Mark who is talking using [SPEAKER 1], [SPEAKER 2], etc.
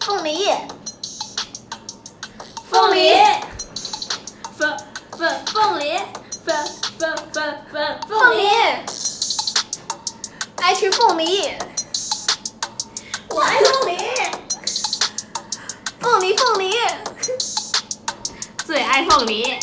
[SPEAKER 1] 凤梨，
[SPEAKER 2] 凤梨，凤凤凤梨，凤凤凤凤
[SPEAKER 1] 凤
[SPEAKER 2] 梨
[SPEAKER 1] 梨，，爱吃凤梨，
[SPEAKER 2] 我爱凤梨，
[SPEAKER 1] 凤梨凤梨，
[SPEAKER 2] 最爱凤梨。